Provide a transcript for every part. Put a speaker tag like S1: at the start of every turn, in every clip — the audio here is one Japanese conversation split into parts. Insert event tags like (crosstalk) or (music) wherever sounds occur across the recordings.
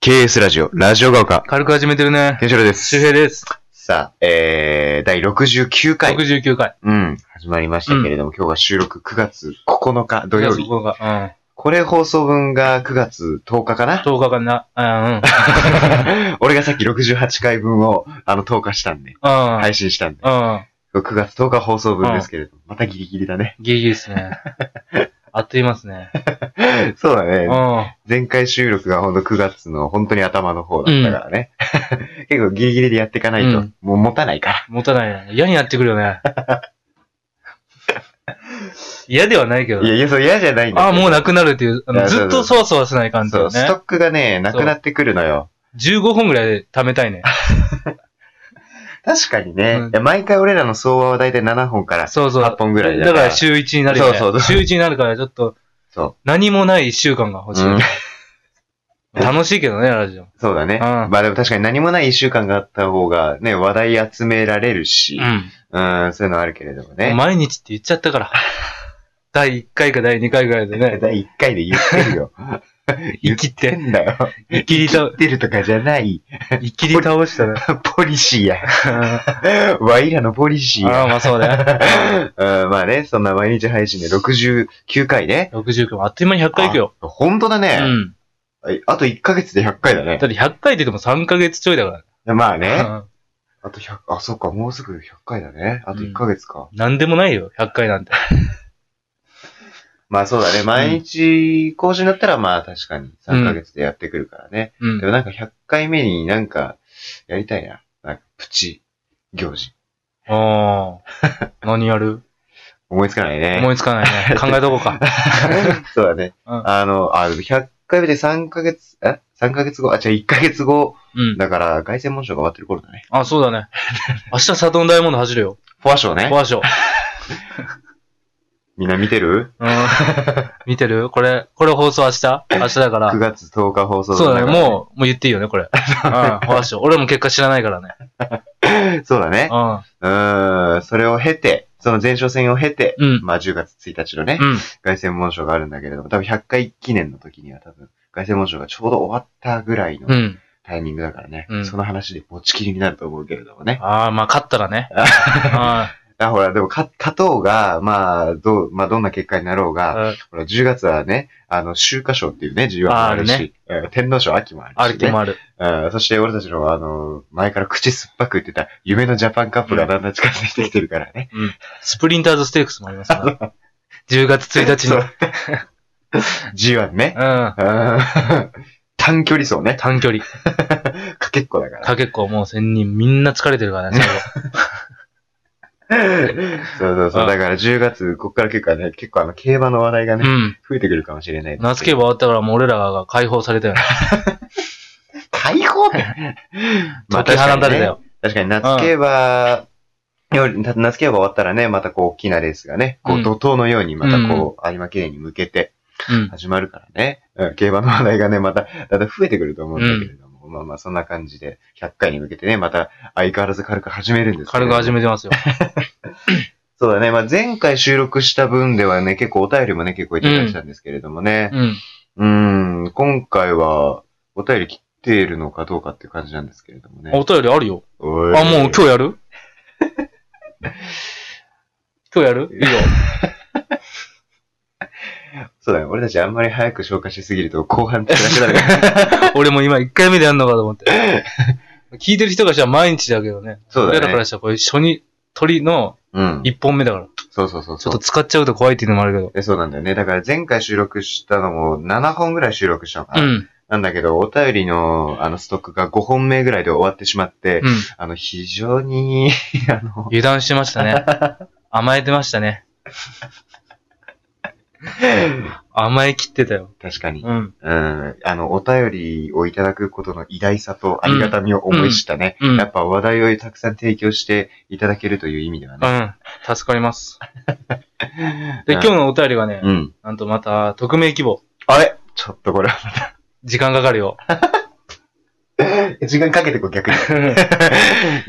S1: KS ラジオ、ラジオが丘、
S2: 軽く始めてるね。
S1: ケンシロウです
S2: 周。平です。
S1: さあ、えー、第69回、
S2: 69回。
S1: うん、始まりましたけれども、今日が収録9月9日土曜
S2: いやそ
S1: 日。
S2: こが、
S1: これ放送分が9月10日か
S2: うん。
S1: な
S2: 10日かな。うんうん。
S1: (laughs) 俺がさっき68回分を、あの、10日したんで、
S2: うん。
S1: 配信したんで、
S2: うん。
S1: 9月10日放送分ですけれども、またギリギリだね。 (laughs)
S2: ギリギリですね。あっという間ですね。
S1: そうだ
S2: う
S1: ね。
S2: ん。
S1: 前回収録がほんと9月の本当に頭の方だったからね。 (laughs) 結構ギリギリでやっていかないと、
S2: うん
S1: もう持たないから。
S2: 持たないね。嫌になってくるよね。嫌ではないけど
S1: い。やいや、そう嫌じゃないんだ
S2: ああ、もう
S1: な
S2: なくなるっていう。あ
S1: い
S2: の
S1: やそう
S2: ずっとそわそわしない感じ
S1: そ
S2: だ
S1: う、ス
S2: ね
S1: ト。ックがね、なくなってくるのよ。
S2: 15本ぐらいで貯めたいね。
S1: 確かにね、
S2: うん
S1: いや毎回俺らの総和は大体7本から
S2: そうそう。
S1: 8本ぐらいだ
S2: だ
S1: か。
S2: からら週1になるよね。
S1: そうそう
S2: 週1になるからちょっと
S1: そ
S2: 何もない1週間が欲しい。
S1: うん
S2: 楽しいけどね、ラジオ。
S1: そうだね。
S2: ん
S1: まあでも確かに何もない1週間があった方がね、話題集められるし、
S2: うん。
S1: うん、そういうのあるけれども
S2: もう
S1: ね。
S2: 毎日って言っちゃっ
S1: (laughs)
S2: たから。第1回か第2回ぐらいでね、
S1: 第1回で言ってるよ。
S2: (laughs) 生き
S1: (laughs)
S2: て、
S1: んだよ。
S2: 生きりた、
S1: 言ってるとかじゃない。
S2: 生きり倒し
S1: (laughs)
S2: たね。
S1: ポリシー
S2: (laughs)
S1: や。
S2: あ
S1: ワイらのポリシーや。
S2: あ、まあそうだよ。
S1: うん、まあね、そんな毎日配信で69回ね。
S2: 69もあっという間に100回いくよ。
S1: あ。ほんとだ
S2: う
S1: ね、
S2: ん。
S1: あと1ヶ月で100回だ
S2: だっ
S1: ね。
S2: て100回って言っても3ヶ月ちょいだか
S1: まあね。
S2: ら。
S1: あと100、あ、そっか、もうすぐ100回だね。あと
S2: うん
S1: 1ヶ月か。
S2: なんでもないよ、100回なんて。
S1: まあそうだね。毎日更新だったら、まあ確かに3ヶ月でやってくるからね。
S2: う
S1: で
S2: ん。
S1: もなんか100回目になんか、やりたいな。なんか、プチ、行事。
S2: あ
S1: (laughs)
S2: あ。何やる
S1: 思いつかないね。
S2: 思いつかない
S1: (laughs)
S2: ね。考えとこうか。
S1: そうだね。
S2: うん
S1: あの、あ、でも100回目で3ヶ月、え ?3 ヶ月後あ、じゃあ1ヶ月後。
S2: うん。
S1: だから、凱旋門賞が終わってる頃だね。
S2: あ、そうだね。明日佐藤大門走るよ。
S1: フォア賞
S2: フ
S1: ね
S2: ォ。アショー。
S1: みんな見てる
S2: うん。見てるこれ、これ放送明日明日
S1: (laughs)
S2: だから
S1: ?9。月10日放送
S2: そうだね。
S1: から
S2: もう、もう言っていいよね、これ。うん、ファーション。俺も結果知らないからね。
S1: そうだね。うーん。それを経て、その前哨戦を経て、
S2: うん。うん。
S1: まあ10月1日のね、
S2: うん。
S1: 凱旋門賞があるんだけれども、多分100回記念の時には多分、凱旋門賞がちょうど終わったぐらいの
S2: うん。
S1: タイミングだからね、
S2: うん
S1: その話で持ちきりになると思うけれどもね。
S2: ああ、まあ、勝ったら (laughs) ね。あ
S1: あ、ほら、でもか、勝とうが、まあ、どう、まあ、どんな結果になろうが、
S2: あ、
S1: ほら、10月はね、あの、秋華賞っていうね、重要もある
S2: あある
S1: し、うん天皇賞秋もあるし、ね。
S2: ある気もある。
S1: うんそして俺たちの、あの、前から口酸っぱく言ってた、夢のジャパンカップがだんだん近づいてきてるからね。
S2: スプリンターズステークスもあります (laughs) から。10月1日に。
S1: そうう G1 ね。
S2: ん。
S1: うん短距離走ね。
S2: 短距離。
S1: かけっこだから。
S2: かけっこもう1000人みんな疲れてるからね、最後。
S1: そうそうそう。
S2: あ
S1: だから10月、こっから結構ね、結構あの、競馬の話題が
S2: (laughs) う
S1: ね、
S2: ん。
S1: 増えてくるかもしれないですけど。
S2: 夏競馬終わったからもう俺らが解放されたよ (laughs) ね。
S1: 解放ま
S2: (laughs)
S1: あ
S2: 解き放たれた
S1: ね
S2: よ。
S1: 確かに夏競馬、より夏競馬終わったらね、またこう大きなレースがね、こ
S2: う
S1: うん怒涛のようにまたこう、有馬記念に向けて
S2: うん。
S1: 始まるからね、うん競馬の話題がね、また、だんだん増えてくると思うんだけれども、まあまあそんな感じで、100回に向けてね、また相変わらず軽く始めるんですけれど
S2: 軽く
S1: も
S2: 始めてますよ。
S1: そうだね。まあ、前回収録した分ではね、結構お便りもね、結構いただいてたんですけれどもね。
S2: うん。
S1: うん、ん今回は、お便り来ているのかどうかっていう感じなんですけれどもね。
S2: お便りあるよ。
S1: おい
S2: あ、もう今日や (laughs) る今日やるいいよ。
S1: (laughs) そうだね。俺たちあんまり早く消化しすぎると、後半辛くなる
S2: (laughs)
S1: から。
S2: 俺も今1回目でやんのかと思って。聞いてる人がしたら毎日だけどね。
S1: そう
S2: 俺
S1: だ
S2: らか
S1: ね
S2: ら。したらこれ初に、鳥の
S1: うん。
S2: 1本目だから。
S1: そうそうそう
S2: ち
S1: そ
S2: ょっ
S1: う
S2: と。使っちゃうと怖いっていうのもある
S1: えそうなんだよね。だから前回収録したのも7本ぐらい収録したのか
S2: けど。う
S1: な。
S2: ん。
S1: なんだけど、お便りのあのストックが5本目ぐらいで終わってしまって、
S2: うん。
S1: あの、非常に、あの、
S2: 油断してまし
S1: (laughs)
S2: たね。甘えてましたね。甘え切ってたよ。
S1: 確かに。
S2: うん。
S1: うん、あの、お便りをいただくことの偉大さとありがたみを思い知ったね。
S2: うん。う
S1: やっ
S2: ん。
S1: ぱ話題をたくさん提供していただけるという意味ではね。
S2: 助かり
S1: (laughs)
S2: ます。で、
S1: うん
S2: 今日のお便りがね、
S1: うん。
S2: なんとまた、匿名希望。
S1: あれちょっとこれは、 (laughs)
S2: 時間かかるよ。
S1: 時間かけてこう逆に。
S2: (laughs) 匿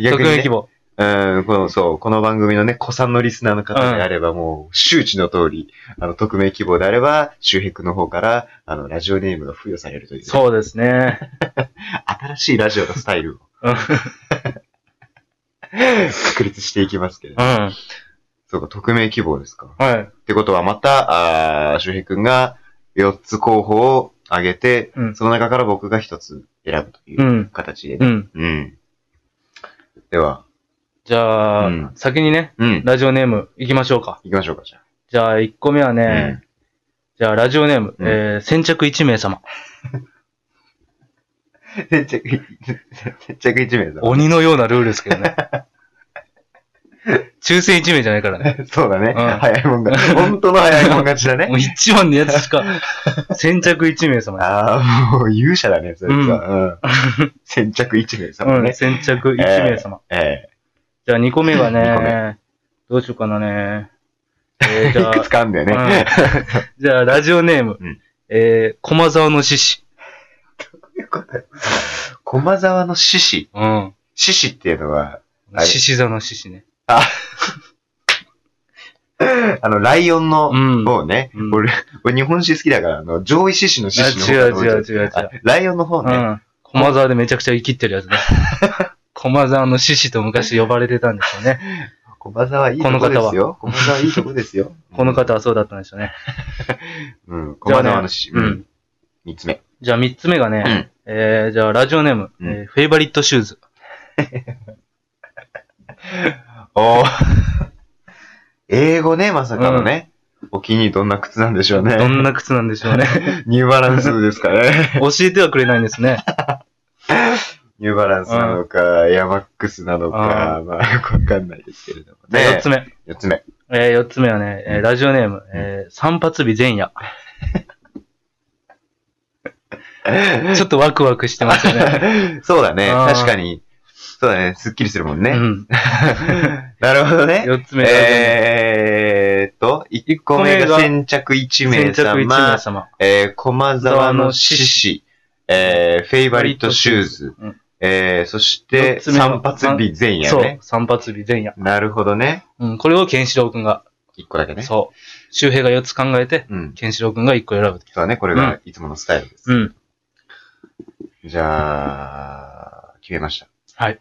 S1: 逆に、
S2: 名
S1: ね
S2: 希。望。
S1: うん、この、そう、この番組のね、子さんのリスナーの方であれば、もう、周知の通り、あの、匿名希望であれば、周平君の方から、あの、ラジオネームが付与されるという、う。
S2: そうですね。
S1: 新しいラジオのスタイ (laughs) ルを
S2: うん
S1: 確立していきますけれど
S2: う。ん。
S1: そうか、匿名希望ですか。
S2: はい。
S1: ってことはまた、あー周平くんが4つ候補を挙げて、
S2: うん。
S1: その中から僕が1つ選ぶといううん形で。
S2: うん。
S1: うん。では、
S2: じゃあ、
S1: うん
S2: 先にね、
S1: うん。
S2: ラジオネーム行きましょうか。
S1: 行きましょうか、じゃ
S2: じゃあ、1個目はね、
S1: あ。
S2: じゃあ、ラジオネーム、
S1: うん
S2: えー、先着1名様。
S1: うん。先着、先着1名だ。
S2: 鬼のようなルールですけ
S1: (laughs)
S2: どね。抽選1名じゃないからね。
S1: そうだね。
S2: うん
S1: 早いもんが、
S2: (laughs)
S1: 本当の早いもん勝ちだ
S2: もう
S1: ね。
S2: 一番のやつしか、先着1名様。
S1: (laughs) ああ、もう勇者だね、それさ。うん。先着1名様
S2: うん、
S1: ね。
S2: 先着1名様。
S1: え
S2: じゃあ、2個目が
S1: 二個
S2: ね、どうしようかなね。え
S1: え (laughs)
S2: ー、じゃ
S1: いくつ
S2: あ、
S1: かあんだよね。
S2: じゃあ、ラジオネーム、
S1: うん
S2: えー、駒沢の獅子。
S1: (laughs) 駒沢の獅子。
S2: うん。
S1: 獅子っていうのは、あれ
S2: 獅子座の獅子ね。
S1: あの、ライオンの
S2: うん。
S1: 方ね。
S2: うん
S1: 俺、俺日本史好きだから、あの、上位獅子の獅
S2: あ
S1: 子の方
S2: 違
S1: か
S2: う
S1: と思っちゃ
S2: 違
S1: っ
S2: う違う違う。
S1: た。あライオンの方
S2: う
S1: ね。
S2: ん。駒沢でめちゃくちゃ生きってるやつ (laughs) ね。駒沢の獅子と昔呼ばれてたんですよね。。
S1: 駒沢いいとこですよ。駒沢いいとこですよ
S2: (laughs) この。方はそうだったんでしょうね。
S1: うん、駒沢の獅子。
S2: う
S1: うん
S2: ん。
S1: 三つ目。
S2: じゃあ三つ目が
S1: う
S2: ね、
S1: ん。
S2: えー、じゃあラジオネーム、
S1: うん
S2: えーフェイバリットシューズ。
S1: おー英語ね、まさかのね。お気に入りどんな靴なんでしょう
S2: ど
S1: ね。
S2: んな靴なんでしょうね。
S1: (laughs) ニューバランスですかね。
S2: (laughs) 教えてはくれないんですね。
S1: ニューバランスなのか、エアマックスなのか、まあよくわかんないですけれども
S2: じゃあ
S1: ね
S2: 四つ。目。
S1: 四つ目。
S2: えー、四つ目はね、えーラジオネーム、えー、散髪日前夜。ちょっとワクワクし
S1: (laughs)
S2: てますよね。
S1: そうだね。
S2: あー
S1: 確かに。そうだね。すっきりするもん
S2: う
S1: ね。 (laughs)
S2: ん。
S1: なるほどね。
S2: 四つ目、
S1: えーっと、1個目
S2: 一個目が
S1: が先着1名
S2: 先着一名
S1: 様、
S2: 様。
S1: えー、駒沢の獅子、えー、フェイバリットシューズ
S2: うん、
S1: えー、そして
S2: 四つ目が
S1: 散髪日前夜
S2: そう
S1: ね。。
S2: 散髪日前夜。
S1: なるほどね。
S2: うん。これをケンシロウくんが
S1: 1個だけね。
S2: そう。周平が4つ考えて、
S1: う。ん。
S2: ケンシロウ君が1個選ぶ。
S1: そうだね。これがいつものスタイルです。
S2: ん。
S1: じゃあ、決めました。
S2: はい。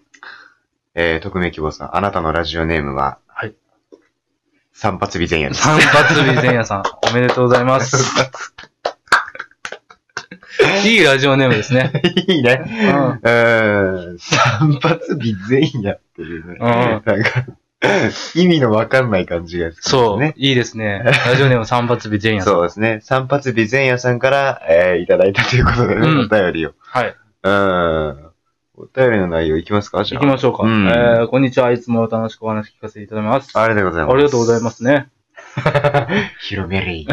S1: えー、匿名希望さん、あなたのラジオネームは、
S2: はい。
S1: 散髪日
S2: (laughs)
S1: 前夜です。
S2: 散髪日前夜さん、 (laughs) おめでとうございます。
S1: (laughs)
S2: いいラジオネームですね。
S1: いいね。うーん。散髪日前夜っていうね。
S2: うん
S1: なんか、意味のわかんない感じが好きです
S2: そう、
S1: ね。
S2: いいですね。ラジオネーム散髪日前夜さん。
S1: そうですね。散髪日前夜さんから、えーいただいたということでね、
S2: うん
S1: お便りを。
S2: はい。
S1: うん。お便りの内容いきますかじゃ
S2: 行
S1: あ。
S2: きましょうか。
S1: うん
S2: えー、こんにちは。いつも楽しくお話聞かせていただきます。
S1: ありがとうござい
S2: あ
S1: ます。。
S2: りがとうございますすね。
S1: (laughs) 広め
S2: (laughs)
S1: り。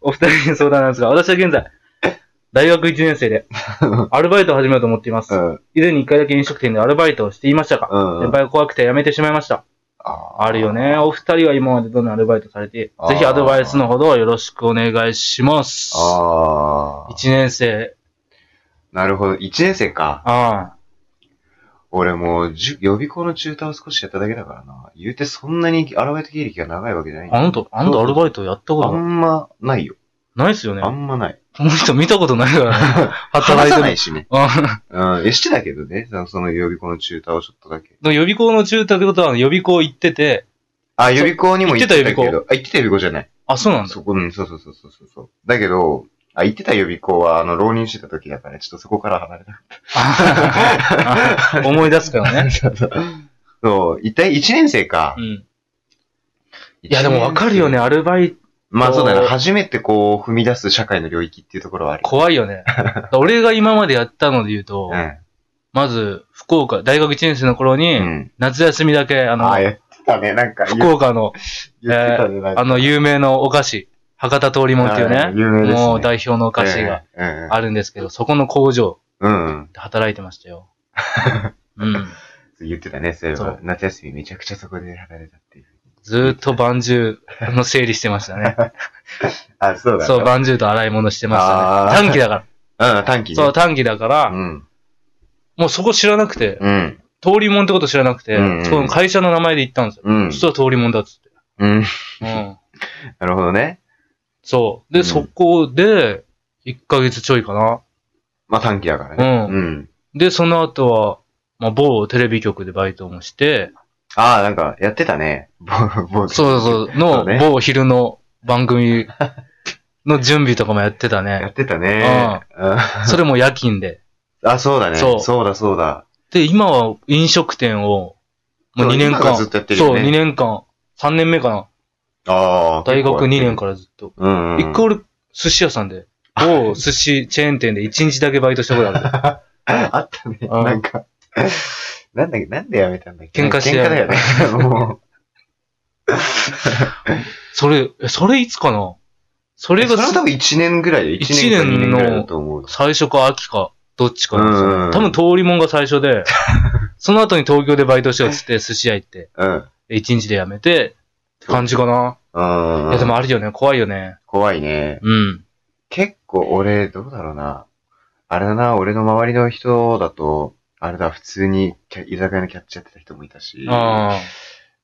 S2: お二人に相談なんですが、私は現在、大学1年
S1: (laughs)
S2: 生で、アルバイトを始めようと思っています
S1: う。ん。
S2: 以前に1回だけ飲食店でアルバイトをしていましたが、
S1: うん
S2: 先輩が怖くて辞めてしまいました。
S1: あ
S2: あるよね。お二人は今までどんなアルバイトされて
S1: あ、ー
S2: ぜひアドバイスのほどよろしくお願いします。
S1: ああ。
S2: 一年生。
S1: なるほど。一年生か。
S2: ああ。
S1: 俺もう、じゅ予備校の中退を少しやっただけだからな。言うてそんなにアルバイト経歴が長いわけじゃないんだ
S2: あのと、あのとアルバイトやったこ
S1: あ
S2: と
S1: んまないよ。
S2: ないっすよね
S1: あ。んまない。
S2: この人見たことない
S1: (laughs)
S2: からね。働
S1: 話
S2: い
S1: さ
S2: て
S1: ない
S2: る。
S1: しね。
S2: あ
S1: うん。え、してたけどね。そのその予備校の中退をちょっとだけ。
S2: でも予備校の中ってことは予備校行ってて、
S1: あ、予備校にも行ってたけ
S2: 行ってた
S1: ど。あ、行ってた予備校じゃない。
S2: あ、そうなんだ。
S1: そこ、うん、そうそうそうそうそうそう。だけど、あ、行ってた予備校は、あの、浪人してた時だから、ちょっとそこから離れ
S2: (laughs)
S1: た。
S2: あ (laughs) 思い出す
S1: (laughs)
S2: からね。
S1: そうそう。そう、一体1年生か
S2: う。ん。いや、でもわかるよね。
S1: 一年生。
S2: アルバイト
S1: まあそうだね。初めてこう、踏み出す社会の領域っていうところはある。
S2: 怖い
S1: (laughs)
S2: よね。俺が今までやったので言うと
S1: う、ん。
S2: まず、福岡、大学一年生の頃
S1: う
S2: に、
S1: ん。
S2: 夏休みだけ、あの
S1: あ、、やってたね。なんか言
S2: 福
S1: う、
S2: 岡の、
S1: 言ってたね。なんか
S2: あの、有名のお菓子、博多通りもんっていう
S1: はい
S2: ね、
S1: 有名ですね。
S2: もう代表のお菓子が
S1: ええ。
S2: あるんですけど、そこの工場
S1: うんうん。
S2: で働いてまし
S1: (laughs)
S2: たよ。うん。
S1: 言ってたね、そういえ
S2: そ
S1: ば
S2: う。
S1: 夏休みめちゃくちゃそこで離れたっていう。
S2: ずーっと晩中の整理してまし
S1: (laughs)
S2: たね。
S1: あ、そうだ
S2: そう、
S1: ね。
S2: 晩中と洗い物してました
S1: あー (laughs)
S2: ね。短期だか
S1: うん、短期
S2: ら。
S1: ね
S2: そう、短期だから、
S1: うん。
S2: もうそこ知らなくて、
S1: うん。
S2: 通りもんってこと知らなくて、
S1: うんうん
S2: その会社の名前で行ったんですよ。
S1: うん
S2: そ。したら通りもんだっつって。
S1: うん。
S2: うん。
S1: なるほどね。
S2: そう。で、
S1: うん
S2: そこで、1ヶ月ちょいかな。
S1: まあ短期だからね。
S2: うん
S1: うん。
S2: で、その後は、まあ、某テレビ局でバイトもして、
S1: ああ、なんか、やってたね。 (laughs) ぼぼ
S2: そうそうそう、
S1: そ
S2: の、
S1: うね
S2: 某昼の
S1: (laughs)
S2: 番組の準備とかもやってた
S1: や (laughs)
S2: ね。
S1: ってたね。うん (laughs)
S2: それも夜勤で。
S1: あ、そうだね。
S2: そう
S1: そうだ、そうだ。
S2: で、今は飲食店を、もう2年
S1: そう今から
S2: 間。
S1: ずっとやってる
S2: そ
S1: よ
S2: う、
S1: ね。
S2: 2年間。3年目かな。
S1: ああ。
S2: 大学2年
S1: か。
S2: からずっと。
S1: うん、うん。
S2: 一回俺、寿司屋さんで、某寿司チェーン店で1日だけバイトしたことある。
S1: (laughs) あったね。
S2: うん
S1: なんか。なんだっけ、なんでやめたんだっけ。
S2: 喧嘩して
S1: 喧嘩だよね。も。
S2: それ、えそれいつかな (laughs) そうれ
S1: そ
S2: が
S1: れは多分1年ぐらいだよ。1年か2年ぐらいだと思う。
S2: 最初か秋か、どっちかなんですよね
S1: うんうん
S2: 多分通りもんが最
S1: (laughs)
S2: 初で、その後に東京でバイトしようっつって寿司屋行って、
S1: うん。うん
S2: 1日で辞めて、って感じかな。いやでもあるよね、怖いよね。
S1: 怖いね。
S2: うん。
S1: 結構俺、どうだろうな。あれだな、俺の周りの人だと、あれだ、普通にキャ居酒屋のキャッチやってた人もいたし。
S2: ああ。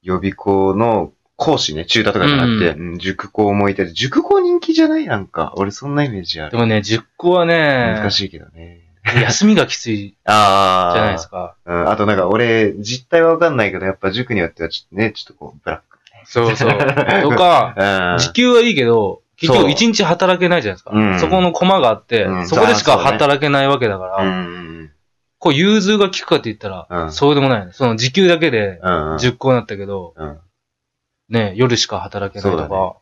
S1: 予備校の講師ね、中途とかじゃなくて、うん塾校もいて、塾校人気じゃないなんか。俺そんなイメージあ
S2: で
S1: る。
S2: もね、10個はね、
S1: 難しいけどね。
S2: 休みがきつい
S1: ああ。
S2: じゃないですか。
S1: うん、あとなんか俺、実態はわかんないけど、やっぱ塾によってはちょっとね、ちょっとこう、ブラック。
S2: そうそう。 (laughs) とか、時給はいいけど、結
S1: そう
S2: 局一日働けないじゃないですか。
S1: うん
S2: そこのコマがあって、
S1: うん
S2: そこでし
S1: そう
S2: か
S1: だね
S2: 働けないわけだから、
S1: うん。うん。
S2: こう融通が効くかって言ったら、
S1: うん
S2: そうでもないよね。その時給だけで
S1: うん。うん。
S2: 10個になったけど、
S1: うん。
S2: ね、夜しか働けないと
S1: そうだ
S2: か。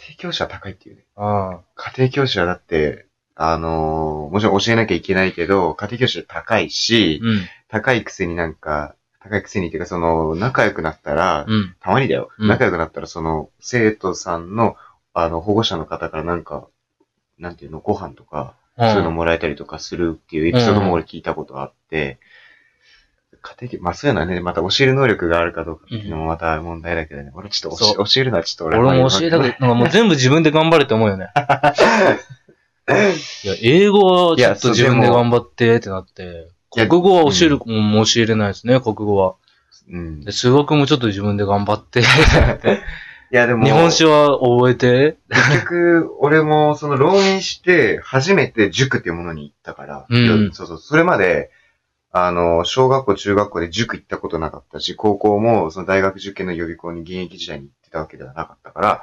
S1: 家庭教師は高いっていうね。
S2: うん
S1: 家庭教師はだって、あのーもちろん教えなきゃいけないけど、家庭教師は高いし、
S2: うん。
S1: 高いくせになんか、高いくせにっていうか、その、仲良くなったら、
S2: うん。
S1: たまにだよ。
S2: うん
S1: 仲良くなったら、その、生徒さんの、あの、保護者の方からなんか、なんていうの、ご飯とか、
S2: うん
S1: そういうのもらえたりとかするっていうエピソードも俺聞いたことあって、家庭教まあそういうのはね、また教える能力があるかどうかっていうのもまた問題だけどね、俺ちょっと教え教えるのはちょっと俺
S2: 俺も教えたく、なんかもう全部自分で頑張れって思うよ (laughs) ね。いや、英語はちょっと自分で頑張ってってなって、
S1: いや
S2: 国語は教える、もう教えれないですね、国語は。
S1: うん。い (laughs)
S2: で数学もちょっと自分で頑張って、 (laughs)
S1: やでも、
S2: 日本史は覚えて、
S1: 結局、俺もその浪人して、初めて塾っていうものに行ったから、
S2: うん
S1: そうそう、それまで、あの、小学校、中学校で塾行ったことなかったし、高校もその大学受験の予備校に現役時代に行ってたわけではなかったから、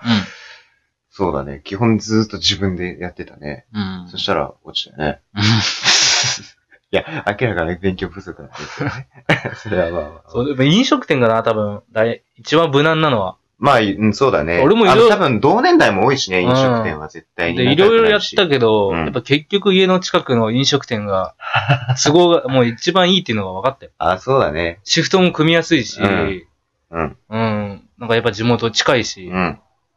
S1: そうだね、基本ずーっと自分でやってたね。
S2: うん。うん。
S1: そしたら落ちたよね。いや、明らかに勉強不足なんですよね。 (laughs) それはまあまあ。
S2: そう、でも飲食店かな、多分。だい一番無難なのは。
S1: まあ、うん、そうだね。
S2: 俺もいろいろ
S1: あの多分同年代も多いしね、
S2: うん
S1: 飲食店は絶対に。
S2: で、いろいろやった
S1: け
S2: けど、
S1: うん
S2: やっぱ結局家の近くの飲食店が、都合が、もう一番いいっていうのが分かったよ。
S1: あ、そうだね。
S2: シフトも組みやすいし、
S1: うんうん。
S2: うんなんかやっぱ地元近いし、
S1: うん。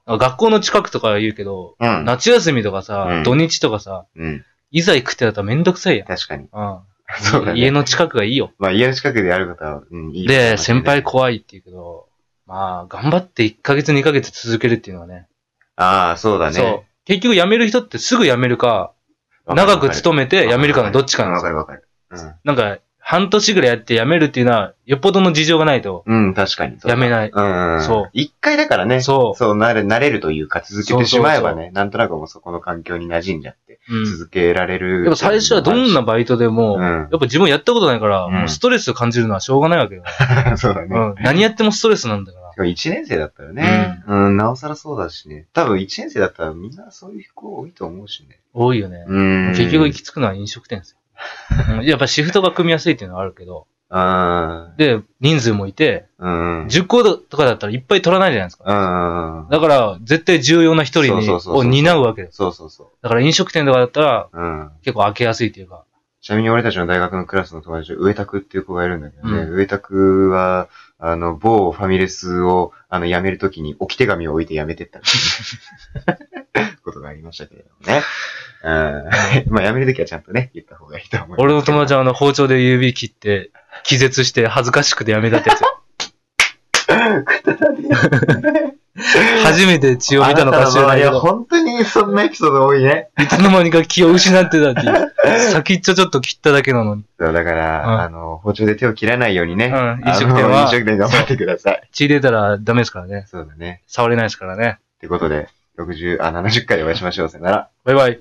S2: なんか学校の近くとかは言うけど、
S1: うん。
S2: 夏休みとかさ、
S1: うん
S2: 土日とかさ、
S1: うん。
S2: いざ行くってなったらめんどくさいやん。
S1: 確かに。
S2: うん。
S1: (laughs) そうだね。
S2: 家の近くがいいよ。
S1: まあ家の近くでやることは、うん、いいことだね、
S2: で、先輩怖いって言うけど、まあ、頑張って1ヶ月2ヶ月続けるっていうのはね。
S1: ああ、そうだね。
S2: そう。結局辞める人ってすぐ辞めるか、
S1: わかる
S2: 長く勤めて辞めるかのどっちかなんで
S1: わ
S2: す
S1: か
S2: よ。
S1: るわかる。わかる
S2: なんか、半年ぐらいやって辞めるっていうのは、よっぽどの事情がないと
S1: うん。うん、確かに。
S2: 辞め
S1: い。
S2: ない。
S1: うんん。
S2: そう。
S1: 一回だからね。
S2: そう
S1: そう、慣れ、慣れるというか、続けてしまえば
S2: そう
S1: ね、なんとなくもうそこの環境に馴染んじゃって、
S2: うん。
S1: 続けられる。
S2: でも最初はどんなバイトでも、やっ
S1: う
S2: ぱ自分やったことないから、
S1: うん
S2: もうストレス感じるのはしょうがないわけよ。
S1: ん。 (laughs) そうだね。
S2: うん。何やってもストレスなんだから。
S1: しかも一年生だったらね、うん、なおさらそうだしね。多分一年生だったらみんなそういう子多いと思うしね。
S2: 多いよね。
S1: うん。
S2: 結局行き着くのは飲食店です
S1: (laughs)
S2: よ。うんやっぱシフトが組みやすいっていうのはあるけど、
S1: あ
S2: で、人数もいて、
S1: あ、うん。
S2: 10個とかだったらいっぱい取らないじゃないですか。
S1: うん。
S2: だから、絶対重要な一人
S1: そうそう
S2: に
S1: そうそう
S2: を担うわけです。
S1: そうそうそ
S2: だから飲食店とかだったら、
S1: う。うん。
S2: 結構開けやすいというか。
S1: ちなみに俺たちの大学のクラスの友達、上田くっていう子がいるんだけどね、
S2: うん
S1: 上田くは、あの、某ファミレスを、あの、辞めるときに置き手紙を置いて辞めてったみた
S2: (laughs)
S1: いなことがありましたけれどもね。 (laughs) うん。まあ、辞めるときはちゃんとね、言った方がいいと思います。
S2: 俺の友達
S1: は。
S2: はあの、包丁で指切って、
S1: (laughs)
S2: 気絶して恥ずかしくてやめたってやつ。初めて血を見たのか知らないけ
S1: あたの周りは
S2: ど、
S1: 本当にそんなエピソード多いね。
S2: いつの間にか気を失ってたっていう。先っちょちょっと切っただけなのに。
S1: そう、だから、
S2: うん
S1: あの、包丁で手を切らないようにね。
S2: うん飲
S1: 一
S2: 食店は
S1: 飲食店頑張ってください。
S2: 血出たらダメですからね。
S1: そうだね。
S2: 触れないですから
S1: っ
S2: ね。
S1: てことで、60、あ、70回でお会いしましょう。さよなら。
S2: バイバイ。